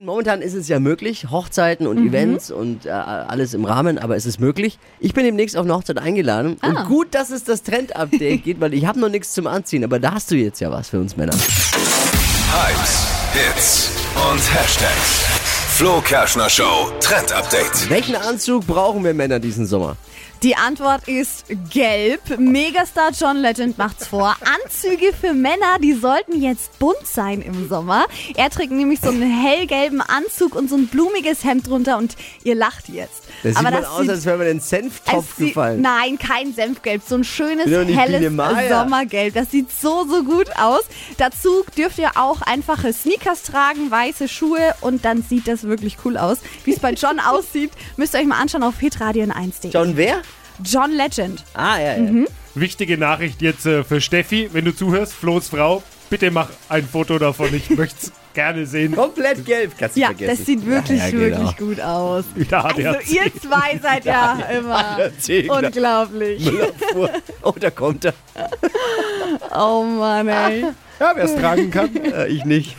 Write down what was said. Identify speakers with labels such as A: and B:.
A: Momentan ist es ja möglich, Hochzeiten
B: Mhm.
A: und Events und äh, alles im Rahmen, aber es ist möglich. Ich bin demnächst auf eine Hochzeit eingeladen
B: Ah.
A: und gut, dass es das Trend-Update gibt, weil ich habe noch nichts zum Anziehen, aber da hast du jetzt ja was für uns Männer.
C: Hypes, Hits und Hashtags. Flo Kerschner Show Trend Update.
A: Welchen Anzug brauchen wir Männer diesen Sommer?
B: Die Antwort ist gelb. Megastar John Legend macht's vor. Anzüge für Männer, die sollten jetzt bunt sein im Sommer. Er trägt nämlich so einen hellgelben Anzug und so ein blumiges Hemd drunter und ihr lacht jetzt.
A: Das sieht
B: Aber
A: man
B: das
A: aus,
B: sieht-
A: als wäre man in den Senftopf
B: es sieht-
A: gefallen.
B: Nein, kein Senfgelb, so ein schönes,
A: Bin doch nicht Biene
B: helles
A: Maya.
B: Sommergelb. Das sieht so, so gut aus. Dazu dürft ihr auch einfache Sneakers tragen, weiße Schuhe und dann sieht das wirklich cool aus. Wie es bei John aussieht, müsst ihr euch mal anschauen auf hitradion1.de.
A: John wer?
B: John Legend.
A: Ah, ja, ja.
B: Mhm.
D: Wichtige Nachricht jetzt äh, für Steffi, wenn du zuhörst, Flo's Frau, bitte mach ein Foto davon, ich möchte es gerne sehen.
A: Komplett gelb, kannst du
B: Ja,
A: vergessen.
B: das sieht wirklich,
A: Ja, ja, genau.
B: wirklich gut aus.
D: Wieder
B: Also
D: ADAC.
B: ihr zwei seid ja immer
A: Zehner.
B: unglaublich.
A: Müllabfuhr. Oh, da kommt er.
B: Oh Mann, ey.
D: Ja, wer es tragen kann.
A: Äh, ich nicht.